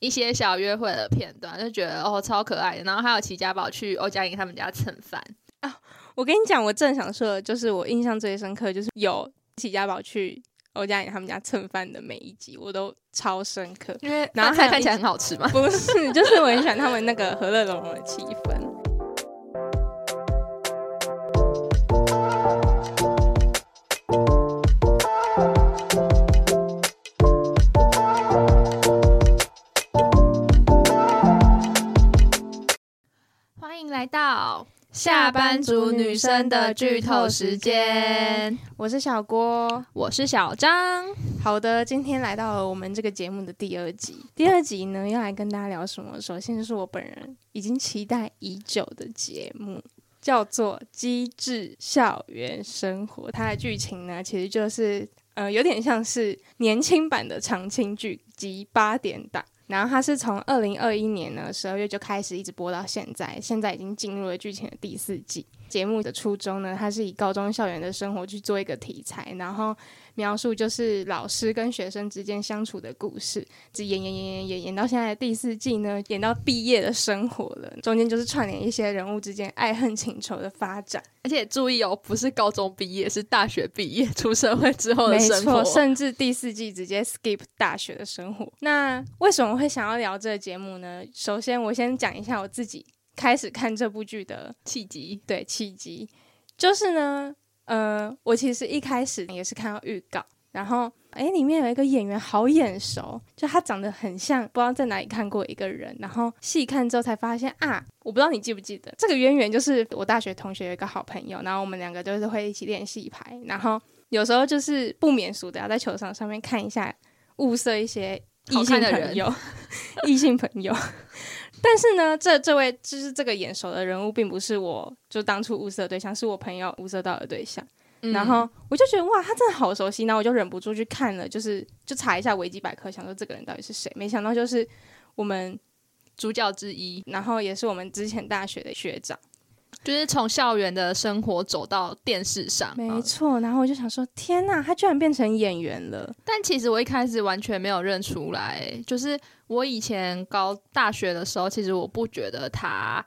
一些小约会的片段，就觉得哦超可爱的。然后还有齐家宝去欧嘉莹他们家蹭饭，我跟你讲，我正想说，的就是我印象最深刻，就是有齐家宝去欧嘉颖他们家蹭饭的每一集，我都超深刻。因为然后饭菜还有看一起来很好吃嘛。不是，就是我很喜欢他们那个和乐融融的气氛。 欢迎来到下班族女生的剧透时间，我是小郭，我是小张。好的，今天来到了我们这个节目的第二集。第二集呢，要来跟大家聊什么？首先是我本人已经期待已久的节目，叫做《机智校园生活》。它的剧情呢，其实就是呃，有点像是年轻版的长青剧集八点档。然后它是从二零二一年呢十二月就开始一直播到现在，现在已经进入了剧情的第四季。节目的初衷呢，它是以高中校园的生活去做一个题材，然后描述就是老师跟学生之间相处的故事，只演演演演演演到现在的第四季呢，演到毕业的生活了，中间就是串联一些人物之间爱恨情仇的发展，而且注意哦，不是高中毕业，是大学毕业，出社会之后的没生活错，。甚至第四季直接 skip 大学的生活。那为什么会想要聊这个节目呢？首先，我先讲一下我自己开始看这部剧的契机，对契机，就是呢，呃，我其实一开始也是看到预告，然后诶，里面有一个演员好眼熟，就他长得很像，不知道在哪里看过一个人，然后细看之后才发现啊，我不知道你记不记得这个渊源，就是我大学同学有一个好朋友，然后我们两个就是会一起练戏牌，然后有时候就是不免俗的要在球场上面看一下，物色一些好异性看的人朋友， 异性朋友。 但是呢，这这位就是这个眼熟的人物，并不是我就当初物色的对象，是我朋友物色到的对象。嗯然后我就觉得哇，他真的好熟悉，然后我就忍不住去看了，就是就查一下维基百科，想说这个人到底是谁。没想到就是我们，主角之一然后也是我们之前大学的学长，就是从校园的生活走到电视上，嗯没错。然后我就想说，天呐，他居然变成演员了！但其实我一开始完全没有认出来，就是我以前高大学的时候，其实我不觉得他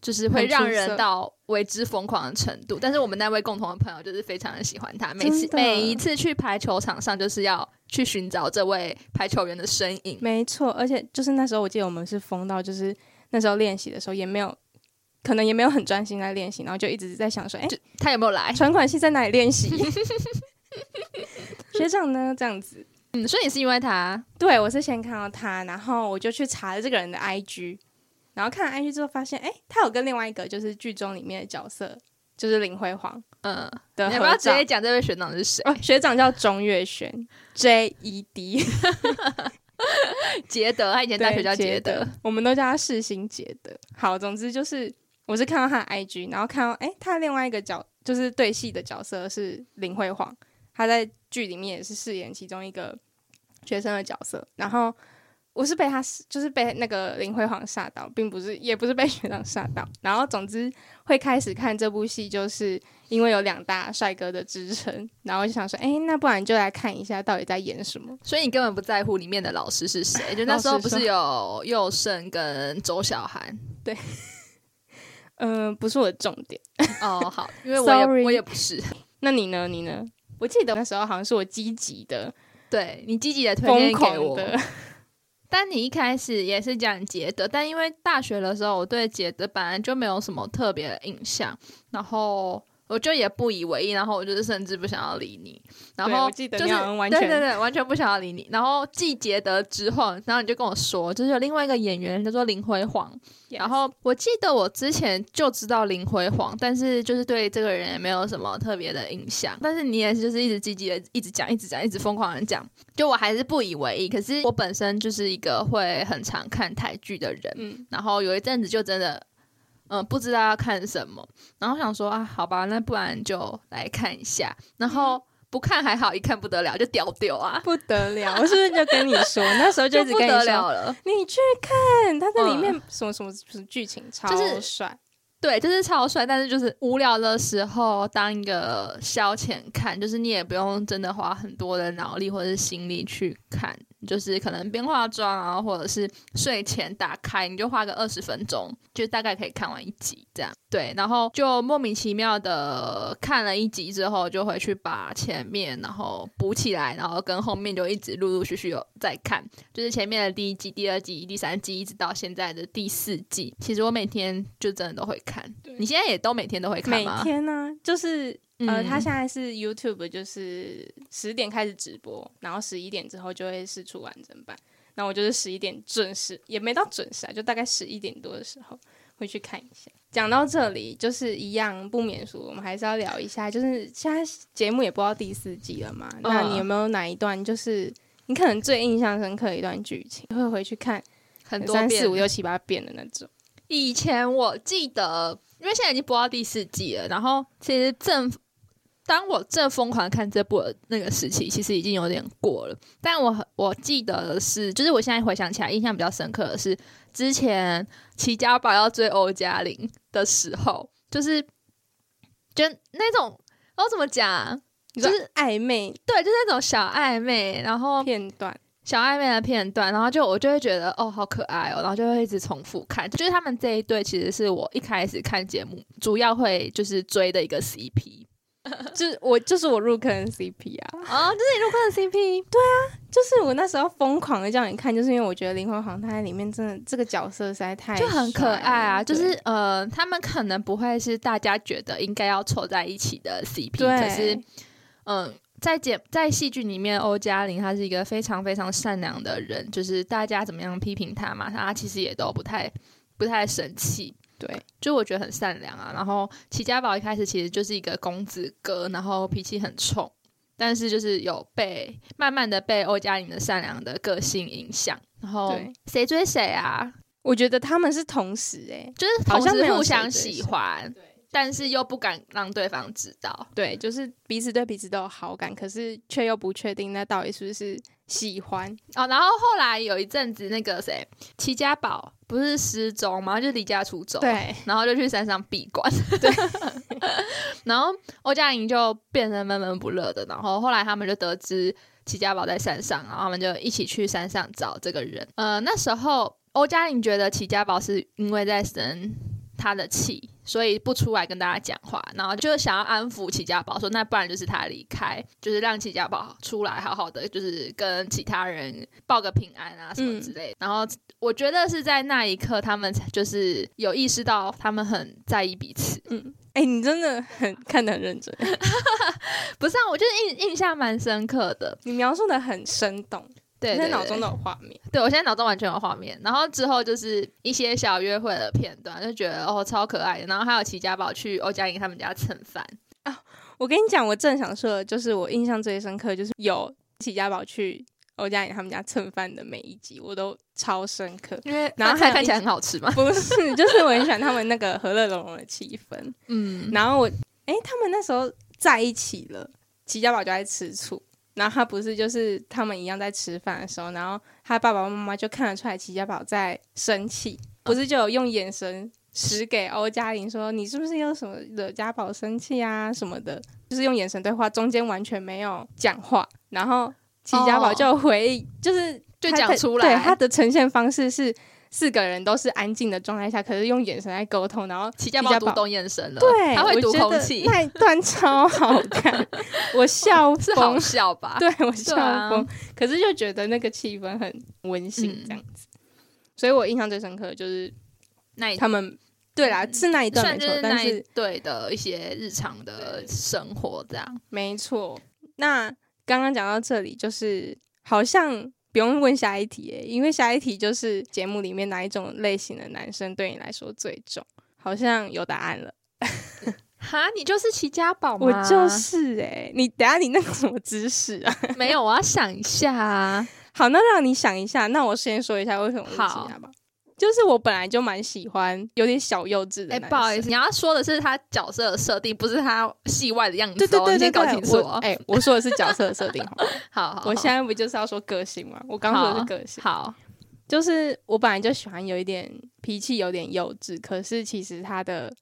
就是会很出让色人到为之疯狂的程度。但是我们那位共同的朋友就是非常的喜欢他，每次真的每一次去排球场上就是要去寻找这位排球员的身影。没错，而且就是那时候我记得我们是疯到，就是那时候练习的时候也没有，可能也没有很专心在练习，然后就一直在想说，哎、他有没有来？传管系在哪里练习？ 学长呢？这样子，嗯，所以你是因为他，对我是先看到他，然后我就去查了这个人的 IG，然后看了 IG 之后发现，哎、他有跟另外一个就是剧中里面的角色，就是林辉煌嗯，的你合要不要直照。接讲这位学长是谁？哦，学长叫钟月轩 J E D，杰德，他以前大学叫杰德。我们都叫他世新杰德。好，总之就是我是看到他的 IG，然后看到哎、诶他另外一个角就是对戏的角色是林慧煌，他在剧里面也是饰演其中一个学生的角色。然后我是被他就是被那个林慧煌吓到，并不是也不是被学长吓到。 然后总之会开始看这部戏，就是因为有两大帅哥的支撑，然后就想说，哎、那不然就来看一下到底在演什么。所以你根本不在乎里面的老师是谁，就那时候不是有佑胜跟周小涵？嗯、不是我的重点。哦，好，因为我也 Sorry 我也不是，那你呢？你呢？我记得那时候好像是我积极的、对你积极的推疯荐给狂我， 的，但你一开始也是讲杰德，但因为大学的时候我对杰德本来就没有什么特别的印象，然后我就也不以为意，然后我就是甚至不想要理你，然对后我记得就你是好像完全对对对，完全不想要理你。然后继杰德之后，然后你就跟我说，就是有另外一个演员叫做林辉煌，然后我记得我之前就知道林辉煌，但是就是对这个人也没有什么特别的印象。但是你也是就是一直积极的一直讲，一直讲，一直疯狂的讲，就我还是不以为意。可是我本身就是一个会很常看台剧的人，嗯，然后有一阵子就真的。嗯，不知道要看什么，然后想说啊，好吧，那不然就来看一下。然嗯后不看还好，一看不得了，就屌屌啊，不得了！我是不是就跟你说，那时候 就一直不跟你得说，了了。你去看他在里面什么什么什么剧情超是帅，对，就是超帅，但是就是无聊的时候当一个消遣看，就是你也不用真的花很多的脑力或者是心力去看，你就是可能边化妆啊，或者是睡前打开，你就花个二十分钟，就大概可以看完一集这样。对，然后就莫名其妙的看了一集之后，就回去把前面然后补起来，然后跟后面就一直陆陆续续有在看，就是前面的第一季、第二季、第三季，一直到现在的第四季。其实我每天就真的都会看，你现在也都每天都会看每吗？天呢、就是呃，嗯他现在是 YouTube，就是十点开始直播，然后十一点之后就会试出完整版。那我就是十一点准时，也没到准时啊，就大概十一点多的时候会去看一下。讲到这里，就是一样不免俗，我们还是要聊一下，就是现在节目也播到第四季了嘛，那嗯你有没有哪一段就是你可能最印象深刻的一段剧情，会回去看很多三遍四五六七八遍的那种？以前我记得，因为现在已经播到第四季了，然后其实正当我正疯狂看这部的那个时期，其实已经有点过了。但我很我记得的是，就是我现在回想起来，印象比较深刻的是之前齐家宝要追欧嘉玲的时候，就是就那种我怎么讲啊、你说就是暧昧对，就是那种小暧昧，然后片段，小暧昧的片段，然后就我就会觉得哦好可爱哦，然后就会一直重复看。就是他们这一对其实是我一开始看节目主要会就是追的一个 CP 哦就是我就是我入坑的 CP 啊。啊、就是你入坑的 CP，就是我那时候疯狂的叫你看，就是因为我觉得林欢航他在里面真的这个角色实在 太就很可帅了爱啊。就对是呃，他们可能不会是大家觉得应该要凑在一起的 CP，对，可是嗯，在节在戏剧里面，欧嘉玲她是一个非常非常善良的人，就是大家怎么样批评她嘛，她其实也都不太不太生气。对就我觉得很善良啊。然后齐家宝一开始其实就是一个公子哥，然后脾气很冲，但是就是有被慢慢的被欧嘉玲的善良的个性影响。然后对谁追谁啊？我觉得他们是同时哎、就是好同像没时有互相谁追喜谁欢，但是又不敢让对方知道。对，就是彼此对彼此都有好感，可是却又不确定那到底是不是喜欢。哦，然后后来有一阵子，那个谁，齐家宝不是失踪吗？就离家出走，，对，然后就去山上闭关，对。然后欧嘉莹就变得闷闷不乐的，然后后来他们就得知齐家宝在山上，然后他们就一起去山上找这个人。呃，那时候欧嘉莹觉得齐家宝是因为在生他的气，所以不出来跟大家讲话，然后就想要安抚齐家宝说，那不然就是他离开，就是让齐家宝出来好好的，就是跟其他人报个平安啊什么之类的。然后我觉得是在那一刻，他们才就是有意识到他们很在意彼此。哎、你真的很看得很认真，不是、啊，我就是印印象蛮深刻的。你描述的很生动，对对你在对脑中都有画面。对我现在脑中完全有画面。然后之后就是一些小约会的片段，就觉得哦超可爱的。然后还有齐家宝去欧嘉莹他们家蹭饭，我跟你讲，我正想说的就是我印象最深刻，就是有齐家宝去欧嘉颖他们家蹭饭的每一集，我都超深刻。因为然后饭菜还有看一起来很好吃嘛。不是，就是我很喜欢他们那个和乐融融的气氛。嗯，然后我，哎、他们那时候在一起了，齐家宝就在吃醋。然后他不是就是他们一样在吃饭的时候，然后他爸爸妈妈就看得出来齐家宝在生气，不是就有用眼神使给欧嘉玲说你是不是又什么惹家宝生气啊什么的，就是用眼神对话，中间完全没有讲话。然后齐家宝哦就回应，就是就他讲的出来对，他的呈现方式是四个人都是安静的状态下，可是用眼神在沟通，然后齐家齐宝家读宝懂眼神了，对，他会我读觉空得气，哦那一 段超好看，我笑是好疯，笑吧？对我笑对啊疯。可是就觉得那个气氛很温馨嗯这样子，所以我印象最深刻的就是那一他们对啦，是那一段算没哎就错是，但那一是对的一些日常的生活这样。没错。那刚刚讲到这里，就是好像。不用问下一题耶，因为下一题就是节目里面哪一种类型的男生对你来说最重，好像有答案了。哈，你就是齐家宝吗？我就是哎、你等下你那个什么姿势啊？没有，我要想一下啊。好，那让你想一下，那我先说一下为什么我是好吉他吧。就是我本来就蛮喜欢有点小幼稚的哎、男生不好意思，，你要说的是他角色的设定，不是他戏外的样子、对哦。你对对对先搞对，清楚我哦。哎、我说的是角色的设定好 吗，好好好，我现在不就是要说个性吗？我刚好说的是个性，好，就是我本来就喜欢有一点脾气有点幼稚，可是其实他的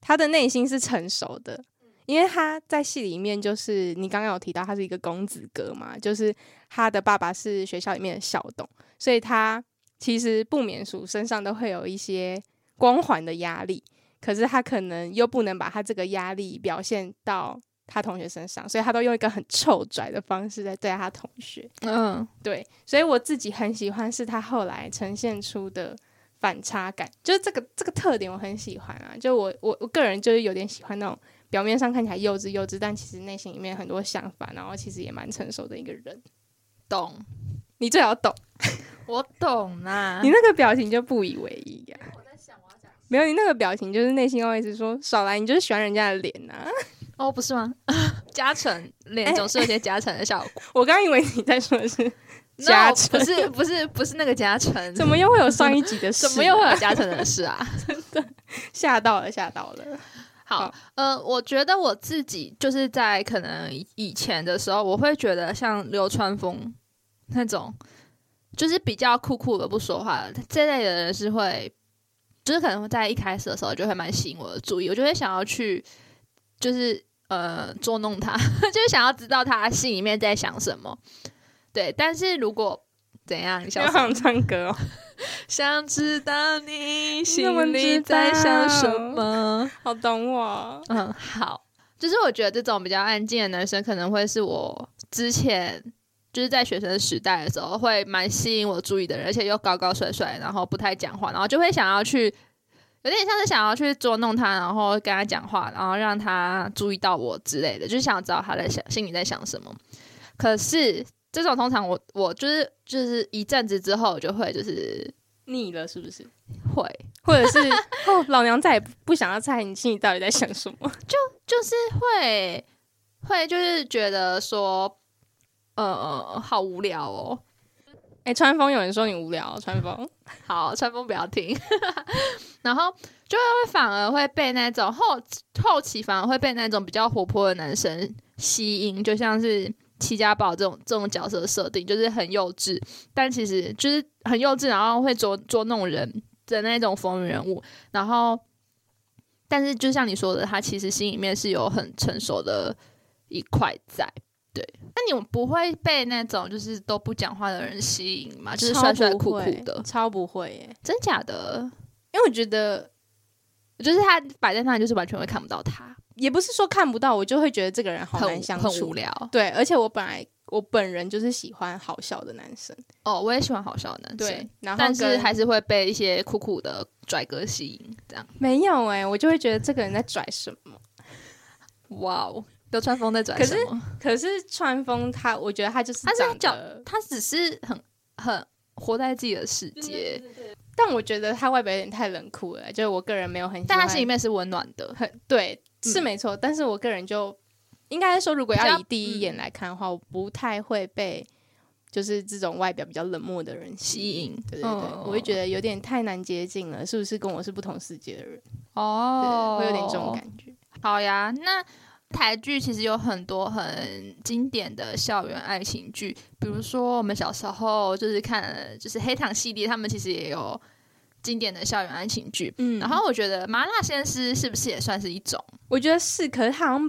他的内心是成熟的，因为他在戏里面就是你刚刚有提到他是一个公子哥嘛，就是他的爸爸是学校里面的校董，所以他其实不免俗身上都会有一些光环的压力，可是他可能又不能把他这个压力表现到他同学身上，所以他都用一个很臭拽的方式在对待他同学。嗯，对，所以我自己很喜欢是他后来呈现出的反差感，就是这个这个特点我很喜欢啊。就我我我个人就是有点喜欢那种表面上看起来幼稚幼稚，但其实内心里面很多想法，然后其实也蛮成熟的一个人。懂，你最好懂，我懂啦你。那个表情就不以为意呀、没有，你那个表情就是内心 always 说少来，你就是喜欢人家的脸呐、啊哦，不是吗？ 加成脸总是有些加成的效果。 我刚以为你在说的是 加 No，成不是不是不是那个加成，怎么又会有上一集的 事、怎么又会 有加成的事啊？吓到了，吓到了。好好，呃，我觉得我自己就是在可能以前的时候，我会觉得像流川枫那种，就是比较酷酷的不说话的这类的人是会，就是可能会在一开始的时候就会蛮吸引我的注意，我就会想要去，就是呃捉弄他， 就是想要知道他心里面在想什么。对，但是如果怎样，你要想想唱歌哦， 想知道你怎么心知里在想什道么？ 好懂我哦。嗯，好，就是我觉得这种比较安静的男生，可能会是我之前就是在学生时代的时候会蛮吸引我注意的人，而且又高高帅帅，然后不太讲话，然后就会想要去，有点像是想要去捉弄他，然后跟他讲话，然后让他注意到我之类的，就是想知道他在想心里在想什么。可是这种通常我我就是就是一阵子之后我就会就是腻了是不是？ 会或者是哦，老娘再也不不想要猜你心里到底在想什么。就是会会就是觉得说，呃，好无聊哦。哎、川风有人说你无聊，哦川风 好，川风不要听， 然后就会反而会被那种后后期反而会被那种比较活泼的男生吸引，就像是戚家宝这种这种角色设定，就是很幼稚，但其实就是很幼稚，然后会捉捉弄人的那种风云人物。然后，但是就像你说的，他其实心里面是有很成熟的一块在。对，那你不会被那种就是都不讲话的人吸引吗？就是帅帅酷酷的，超不啊会耶。真假的？因为我觉得就是他摆在那里，就是完全会看不到他，也不是说看不到，我就会觉得这个人好很难相很处无。聊。对，而且我本来我本人就是喜欢好笑的男生，哦，我也喜欢好笑的男生，对，，然后但是跟还是会被一些酷酷的拽哥吸引。这样，没有哎、我就会觉得这个人在拽什么。哇哦，流川枫在拽可什是么？可是川风他，我觉得他就是他是长脚得他只是很很活在自己的世界，嗯但我觉得他外表有点太冷酷了，就是我个人没有很喜欢。但他心里面是温暖的。很对，嗯是没错。但是我个人就应该说，如果比要较嗯以第一眼来看的话，我不太会被就是这种外表比较冷漠的人吸吸引对对对，嗯我会觉得有点太难接近了，是不是跟我是不同世界的人？对，哦会有点这种感觉。好呀，那台剧其实有很多很经典的校园爱情剧，比如说我们小时候就是看就是黑糖系列，他们其实也有经典的校园爱情剧。嗯然后我觉得麻辣鲜师是不是也算是一种？我觉得是，可是他好像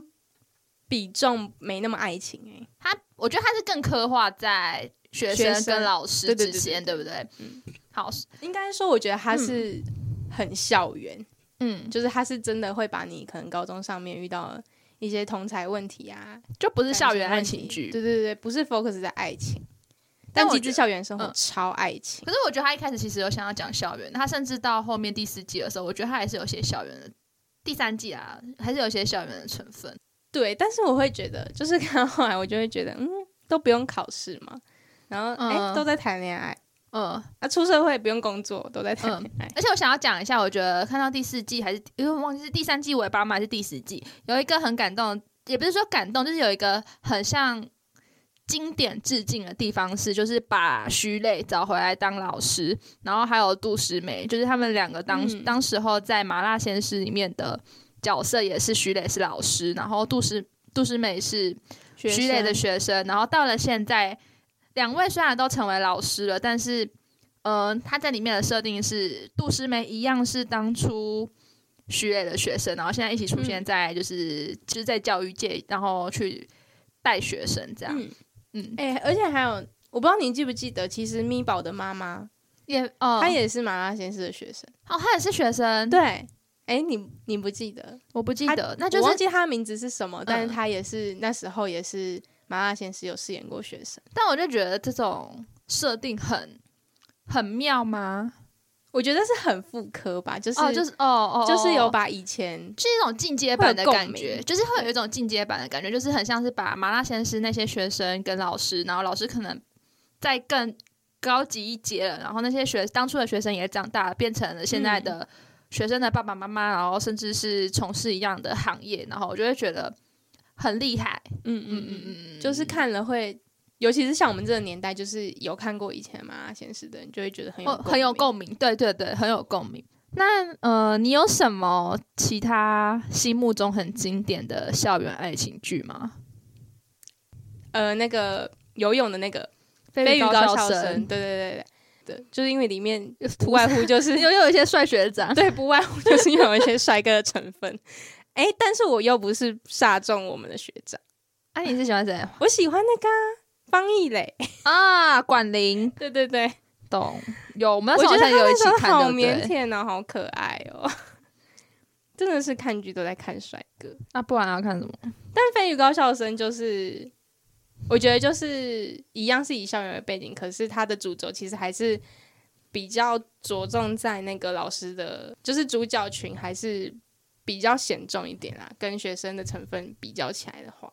比重没那么爱情哎、它我觉得它是更刻画在学学生生跟老师对对之对对间，对对不对？嗯好，应该说，我觉得他是很校园，嗯，就就是他是真的会把你可能高中上面遇到的一些同才问题啊，就不是校园爱感情问题剧。对对对，不是 focus 在爱情，但但我极觉致得校园生活嗯超爱情。可是我觉得他一开始其实有想要讲校园，他甚至到后面第四季的时候，我觉得他还是有些校园的。第三季啊，还是有些校园的成分。对，但是我会觉得，就是看到后来，我就会觉得，嗯，都不用考试嘛，然后哎、嗯都在谈恋爱，嗯，啊，出社会不用工作，都在谈恋爱。而且我想要讲一下，我觉得看到第四季还是因为我忘记是第三季尾巴吗，还是第十季，有一个很感动，也不是说感动，就是有一个很像经典致敬的地方是，就是把徐磊找回来当老师，然后还有杜诗梅，就是他们两个当、嗯当时候在《麻辣鲜师》里面的角色也是徐磊是老师，然后杜诗杜诗梅是徐磊的学学生，然后到了现在，两位虽然都成为老师了，但呃是，嗯、他在里面的设定是杜诗梅一样是当初徐磊的学生，然后现在一起出嗯现在就是、就是在教育界，然后去带学生这样。嗯嗯，哎、而且还有，我不知道你记不记得，其实咪宝的妈妈，也哦，她也是麻辣鲜师的学生。哦，他也是学生，对，哎、你你不记得？我不记他得，那就我忘是，记她的名字是什么，但嗯是她也是、那时候也是麻辣鲜师有饰演过学生。但我就觉得这种设定很很妙吗？我觉得是很妇科吧，就是、哦，就是哦哦，就是有哦把以前就是一种进阶版的感会有共觉，鸣就是会有一种进阶版的感觉，就是很像是把麻辣鲜师那些学生跟老师，然后老师可能在更高级一阶了，然后那些学当初的学生也长大了，变成了现在的学生的爸爸妈妈，然后甚至是从事一样的行业，然后我就会觉得很厉害，嗯嗯嗯嗯嗯嗯嗯，就是看了会，尤其是像我们这个年代，就是有看过以前麻辣鲜师的人，就会觉得很有、哦很有共鸣。共鸣，对对对，很有共鸣。那呃，你有什么其他心目中很经典的校园爱情剧吗？呃，那个游泳的那个飞飞鱼鱼高校校生生，对对对对对，就是因为里面不不外乎就是 又又有一些帅学长，对，不外乎就是有一些帅哥的成分。哎、但是我又不是煞中我们的学长，啊，你是喜欢谁我喜欢那个啊方逸磊。 啊？管林，对对对，懂有，我们我那时候好觉得他像有一那起时候看，好对不腼对？腆哦，好可爱哦， 真的是看剧都在看帅哥。那不然要看什么？但飞鱼高校生就是，我觉得就是一样是以校园为背景，可是它的主轴其实还是比较着重在那个老师的，就是主角群还是比较显重一点啦，跟学生的成分比较起来的话。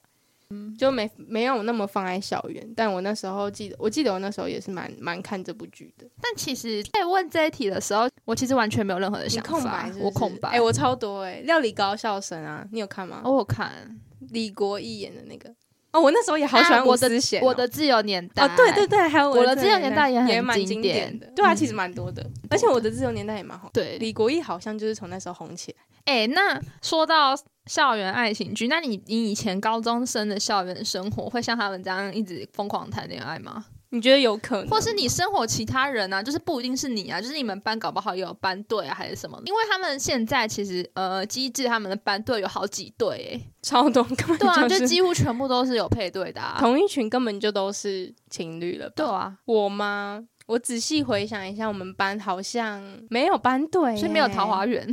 嗯就没没有那么放在校园，但我那时候记得，我记得我那时候也是蛮蛮看这部剧的。但其实在问这一题的时候，我其实完全没有任何的你想空法白是，不我是空白。哎、我超多哎、料理高校生啊，你有看吗？哦我有看李国毅演的那个，哦，我那时候也好喜欢啊我吴的思贤哦、我的自由年代哦，对对对，还有我的的自由年代也也很蛮经经典的，对啊，嗯其实蛮多的，而且我的自由年代也蛮好。对，李国毅好像就是从那时候红起来。哎，那说到校园爱情剧，那你你以前高中生的校园生活会像他们这样一直疯狂谈恋爱吗？你觉得有可能？或是你生活其他人啊，就是不一定是你啊，就是你们班搞不好也有班队啊，还是什么？因为他们现在其实呃，机智他们的班队有好几队诶、超多根本对啊， 就就是几乎全部都是有配对的、啊。同一群，根本就都是情侣了吧。对啊，我吗？我仔细回想一下，我们班好像没有班队、所以没有桃花。源，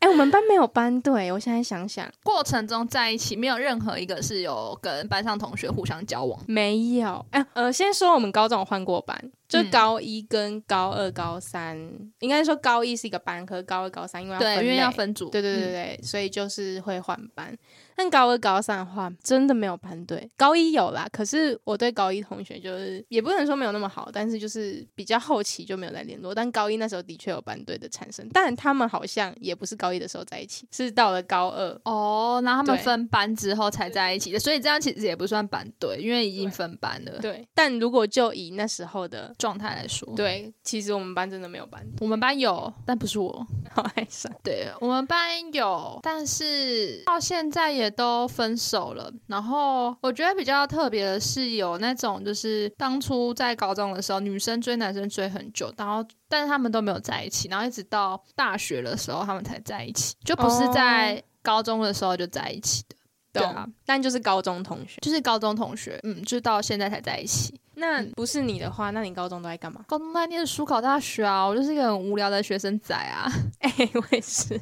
哎、我们班没有班队，我现在想想，过程中在一起没有任何一个是有跟班上同学互相交往。没有。哎、呃，先说我们高中有换过班，就嗯高一跟高二、高三，应该说高一是一个班，和高二、高三因为要对，分因为类要分组。对对对嗯，对，所以就是会换班。但高二、高三的话，真的没有班队。高一有啦，可是我对高一同学就是也不能说没有那么好，但是就是比较后期就没有再联络。但高一那时候的确有班队的产生，但他们好像也不是高一的时候在一起，是到了高二。哦，然后他们对分班之后才在一起的，所以这样其实也不算班队，因为已经分班了。对，但如果就以那时候的状态来说，对，其实我们班真的没有班队，我们班有，但不是我。好哀伤。对我们班有，但是到现在也都分手了。然后我觉得比较特别的是，有那种就是当初在高中的时候，女生追男生追很久，然后但是他们都没有在一起，然后一直到大学的时候他们才在一起，就不是在高中的时候就在一起的。对懂，啊，但就是高中同学。就是高中同学，嗯，就到现在才在一起。那不是你的话，那你高中都在干嘛？高中在念书考大学啊，我就是一个很无聊的学生仔啊。 哎、我也是。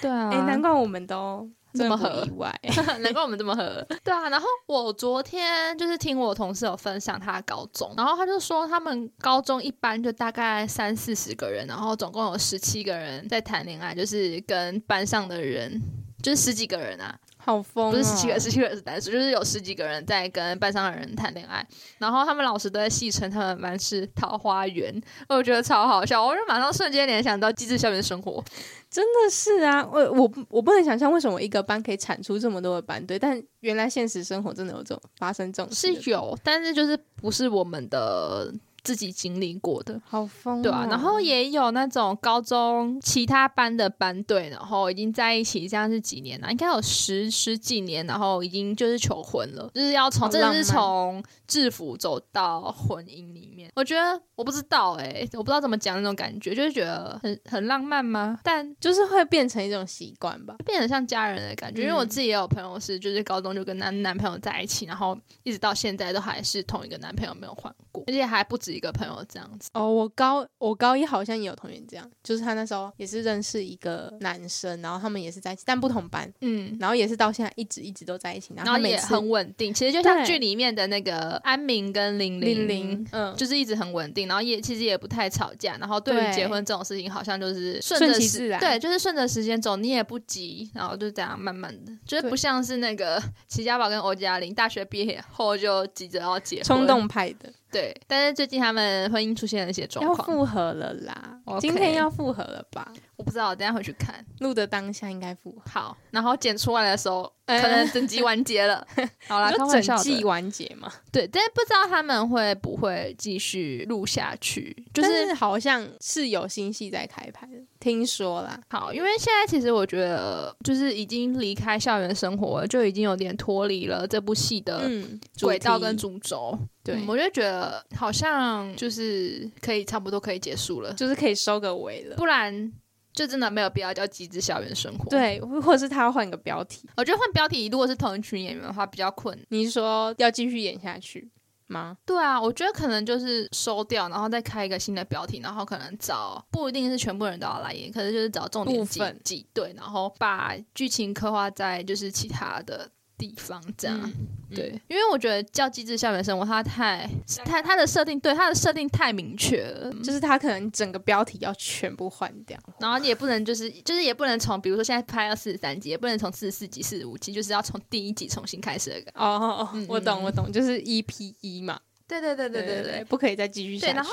对啊，哎、难怪我们都这么真的合不意外。 难怪我们这么合。对啊，然后我昨天就是听我同事有分享他的高中，然后他就说他们高中一般就大概三四十个人，然后总共有十七个人在谈恋爱，就是跟班上的人。就是十几个人啊， 好疯、哦，不是十七个，十七个人是单数，就是有十几个人在跟班上的人谈恋爱，然后他们老师都在戏称他们班是桃花源，我觉得超好笑，我就马上瞬间联想到《机智校园生活》，真的是啊，我我不我不能想象为什么一个班可以产出这么多的班队，但原来现实生活真的有这种发生这种事是有，但是就是不是我们的自己经历过的。好疯、哦，对啊，然后也有那种高中其他班的班队，然后已经在一起，这样是几年啊了、应该有十十几年，然后已经就是求婚了，就是要从好真的浪是漫从制服走到婚姻里面。我觉得我不知道哎、我不知道怎么讲那种感觉，就是觉得很很浪漫吗？但就是会变成一种习惯吧。变得像家人的感觉，因嗯为我自己也有朋友是，就是高中就跟男男朋友在一起，然后一直到现在都还是同一个男朋友没有换过，而且还不止一个朋友这样子。哦，我高我高一好像也有同学这样，就是他那时候也是认识一个男生，然后他们也是在一起，但不同班，嗯，然后也是到现在一直一直都在一起，然然后后他每也次很稳定，其实就像对剧里面的那个安明跟玲零零，嗯，就是一直很稳定，然后也其实也不太吵架，然后对于对结婚这种事情，好像就是顺顺着其时自然对，就是顺着时间走，你也不急，然后就这样慢慢的，就是对不像是那个 齐家宝跟欧嘉玲大学毕业后就急着要结婚，冲动派的，对。但是最近他们婚姻出现了一些状要况，复合了啦 OK 今天要复合了吧？我不知道，我等一下回去看。录的当下应该复合，好，然后剪出来的时 候，哎可能整集完结了。 好啦，你开说玩笑整的季完结嘛？对，但是不知道他们会不会继续录下去，就但是是好像是有新戏在开拍的，听说啦。好，因为现在其实我觉得，就是已经离开校园生活了，就已经有点脱离了这部戏的嗯，轨道跟主题呃主轴。对嗯，我就觉得好像就是可以差不多可以结束了，就是可以收个尾了。不然就真的没有必要叫《极致校园生活》。，对，或或是他要换个标题，我觉得换标题如果是同一群演员的话比较困难。你是说要继续演下去吗？对啊，我觉得可能就是收掉，然后再开一个新的标题，然后可能找不一定是全部人都要来演，可是就是找重点部几分几对，然后把剧情刻画在就是其他的地方这样。嗯对，因为我觉得叫《机智校园生活》，它太它它的设定，对它的设定太明确了，就就是他可能整个标题要全部换掉。然后也不能就是就是也不能从比如说现在拍到四十三集，也不能从四十四集、四十五集，就是要从第一集重新开始的感觉。哦哦哦嗯，我嗯懂我懂，就是 EP 一嘛。对对对不可以再继续下对去。然后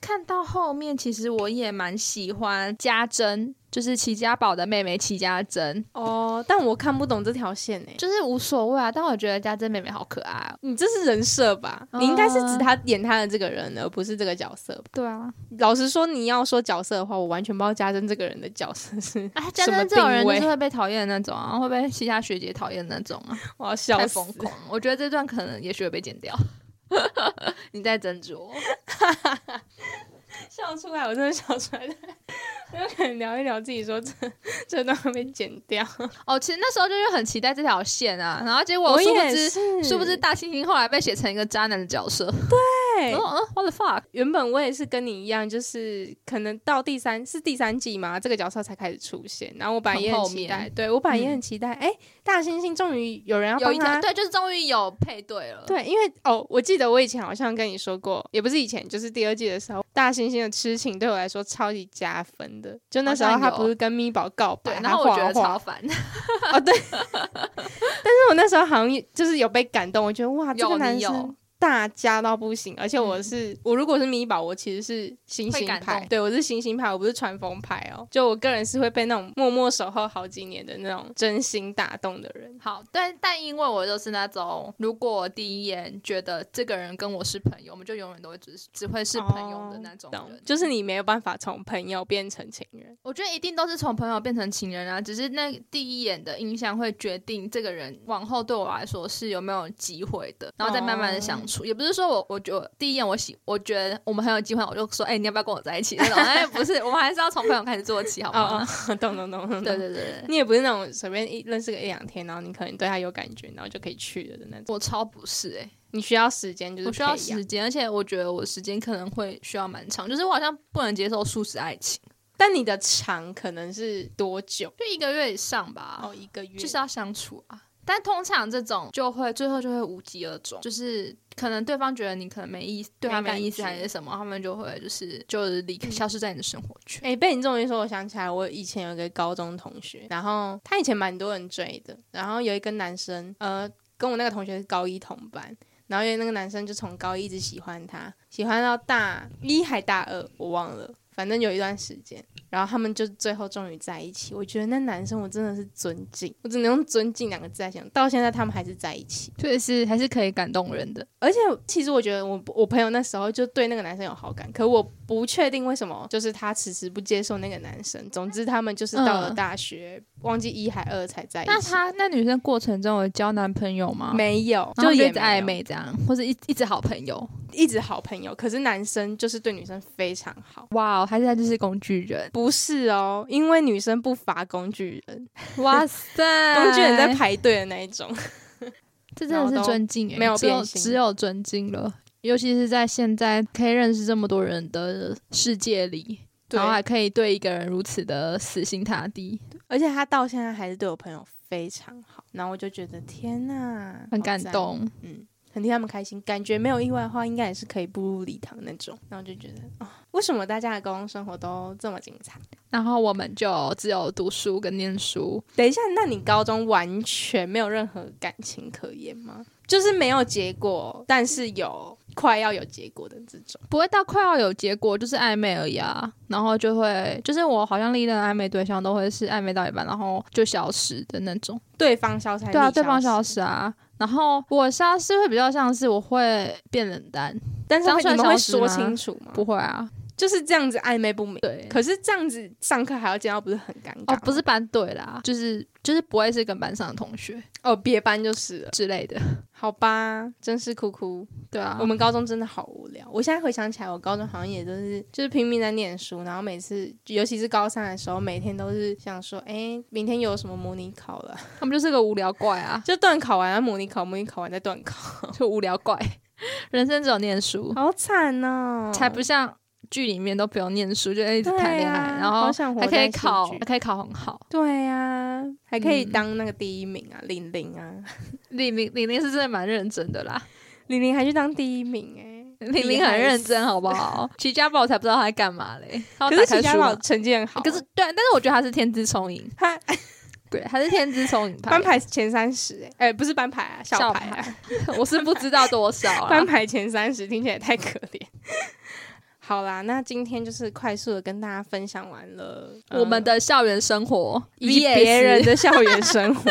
看到后面，其实我也蛮喜欢家珍，就是齐家宝的妹妹齐家珍，哦，但我看不懂这条线诶、就是无所谓啊。但我觉得家珍妹妹好可爱、哦。你这是人设吧？哦你应该是指他演他的这个人，而不是这个角色吧。对啊，老实说，你要说角色的话，我完全不知道家珍这个人的角色是， 啊，家什么珍这种人定就位是会被讨厌的那种啊，会被其他学姐讨厌的那种啊，我要笑太死疯。狂。我觉得这段可能也许会被剪掉， 你在斟酌。笑出来，我真的笑出来了。 我有可能聊一聊自己说这这段会被剪掉。哦，其实那时候就是很期待这条线啊，然后结果我殊不也知。是，殊不知大猩猩后来被写成一个渣男的角色？对我说嗯，what the fuck？哦原本我也是跟你一样，就是可能到第三是第三季嘛，这个角色才开始出现。然后我本来也很期很后待，面嗯对我本来也很期待，哎、大猩猩终于有人要有帮一条他。对，就是终于有配对了。对，因为哦，我记得我以前好像跟你说过，也不是以前，就是第二季的时候，大猩猩的痴情对我来说超级加分的。就那时候好像他有不是跟咪宝告对白，，然后我觉得他画画超烦，哦，对，但是我那时候好像也就是有被感动，我觉得哇，这有个男你有生大家到不行，而且我嗯是、我如果是米宝，我其实是星会星感派动，对我是星星派，我不是传风派哦，就我个人是会被那种默默守候好几年的那种真心打动的人。好，但但因为我就是那种，如果我第一眼觉得这个人跟我是朋友，我们就永远都会只只会是朋友的那种人。哦懂就是你没有办法从朋友变成情人，我觉得一定都是从朋友变成情人啊，只是那第一眼的印象会决定这个人往后对我来说是有没有机会的，然后再慢慢的哦相处。也不是说我我觉得第一眼我喜，我觉得我们很有机会，我就说，哎、你要不要跟我在一起？那种，哎，不是，我们还是要从朋友开始做起，好不好？哦哦， 懂懂懂懂，对对懂。对对。你也不是那种随便一认识个一两天，然后你可能对他有感觉，然后就可以去了的那种。我超不是哎、你需要时间，就是我需要培养时间，而且我觉得我时间可能会需要蛮长，就是我好像不能接受素食爱情，但你的长可能是多久？就一个月以上吧，哦，一个月就是要相处啊。但通常这种就会最后就会无疾而终，就是可能对方觉得你可能没意思，对他没感没意思觉还是什么，他们就会就是就是离开，消失在你的生活圈。哎、被你这么一说，我想起来，我以前有一个高中同学，然后他以前蛮多人追的，然后有一个男生，呃，跟我那个同学是高一同班，然后有那个男生就从高一一直喜欢他，喜欢到大一还大二，我忘了，反正有一段时间，然后他们就最后终于在一起。我觉得那男生我真的是尊敬，我只能用尊敬两个字来形容。到现在他们还是在一起，确实还是可以感动人的。而且其实我觉得我我朋友那时候就对那个男生有好感，可我不确定为什么，就是他迟迟不接受那个男生。总之他们就是到了嗯大学，忘记一还二才在一起。那她那女生过程中有交男朋友吗？，没有，哦就也也没在有暧昧这样，或者一一直好朋友。一直好朋友，可是男生就是对女生非常好。。哇哦，还是她就是工具人不是哦，因为女生不乏工具人，哇塞， 工具人在排队的那一种。 这真的是尊敬、欸，没有只有变心只有尊敬了。尤其是在现在可以认识这么多人的世界里，对然，后还可以对一个人如此的死心塌地，而且他到现在还是对我朋友非常好，然后我就觉得天呐，很好感赞，动。嗯，很替他们开心。感觉没有意外的话，应该也是可以步入礼堂那种。然后就觉得哦，为什么大家的高中生活都这么精彩？然后我们就只有读书跟念书，等一下，那你高中完全没有任何感情可言吗？就是没有结果，但是有快要有结果的这种。不会到快要有结果，就是暧昧而已啊。然后就会，就是我好像历任的暧昧对象都会是暧昧到一半，然后就消失的那种。对方消散，对啊，你对方消消，失啊。然后我消失会比较像是我会变冷淡，但是这样会算你们会消失说吗清楚吗？不会啊。就是这样子暧昧不明。对，可是这样子上课还要见到，不是很尴尬？哦，不是班队啦，就是就是不会是跟班上的同学哦，别班就是了。之类的，好吧，真是哭哭。对啊我。们高中真的好无聊。我现在回想起来，我高中好像也都是就是拼命在念书，然后每次，尤其是高三的时候，每天都是想说，哎、明天有什么模拟考了， ，他们就是个无聊怪啊就段考完，然后模拟考，模拟考完再段考，就无聊怪。人生只有念书，好惨哦！才不像剧里面都不用念书，就一直对谈恋爱，啊，然好后想活还可在以戏考，剧还可以考很好。对呀、还可以嗯当那个第一名啊，玲玲啊， 李玲，李玲是真的蛮认真的啦，玲玲还去当第一名哎、李玲很认真，好不好？齐家宝我才不知道他在干嘛嘞，他可有打是齐开家书宝吗？成绩很好，欸可是对，啊但是我觉得他是天资聪颖，他对，他是天资聪颖派班。排前三十哎、哎、不是班排啊，校校排啊， 我是不知道多少啊班排前三十听起来太可怜。 好啦，那今天就是快速的跟大家分享完了、呃我们的，E 校园生活以及别人 VS 的校园生活。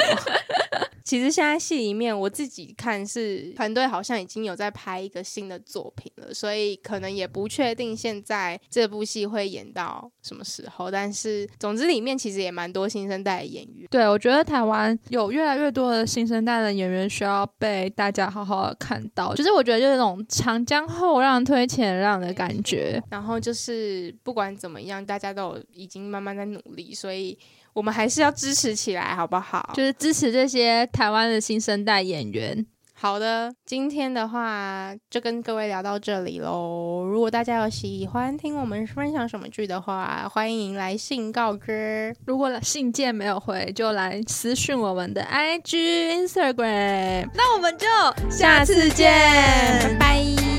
其实现在戏里面，我自己看是团队好像已经有在拍一个新的作品了，所以可能也不确定现在这部戏会演到什么时候。但是总之里面其实也蛮多新生代的演员， 对，我觉得台湾有越来越多的新生代的演员需要被大家好好的看到，就是我觉得就是那种长江后浪推前浪的感觉。然后就是不管怎么样，大家都有已经慢慢在努力，所以我们还是要支持起来，好不好？就是支持这些台湾的新生代演员。好的，今天的话就跟各位聊到这里喽。如果大家有喜欢听我们分享什么剧的话，欢迎来信告知。如果信件没有回，就来私讯我们的 IG、Instagram。那我们就下次见，拜拜。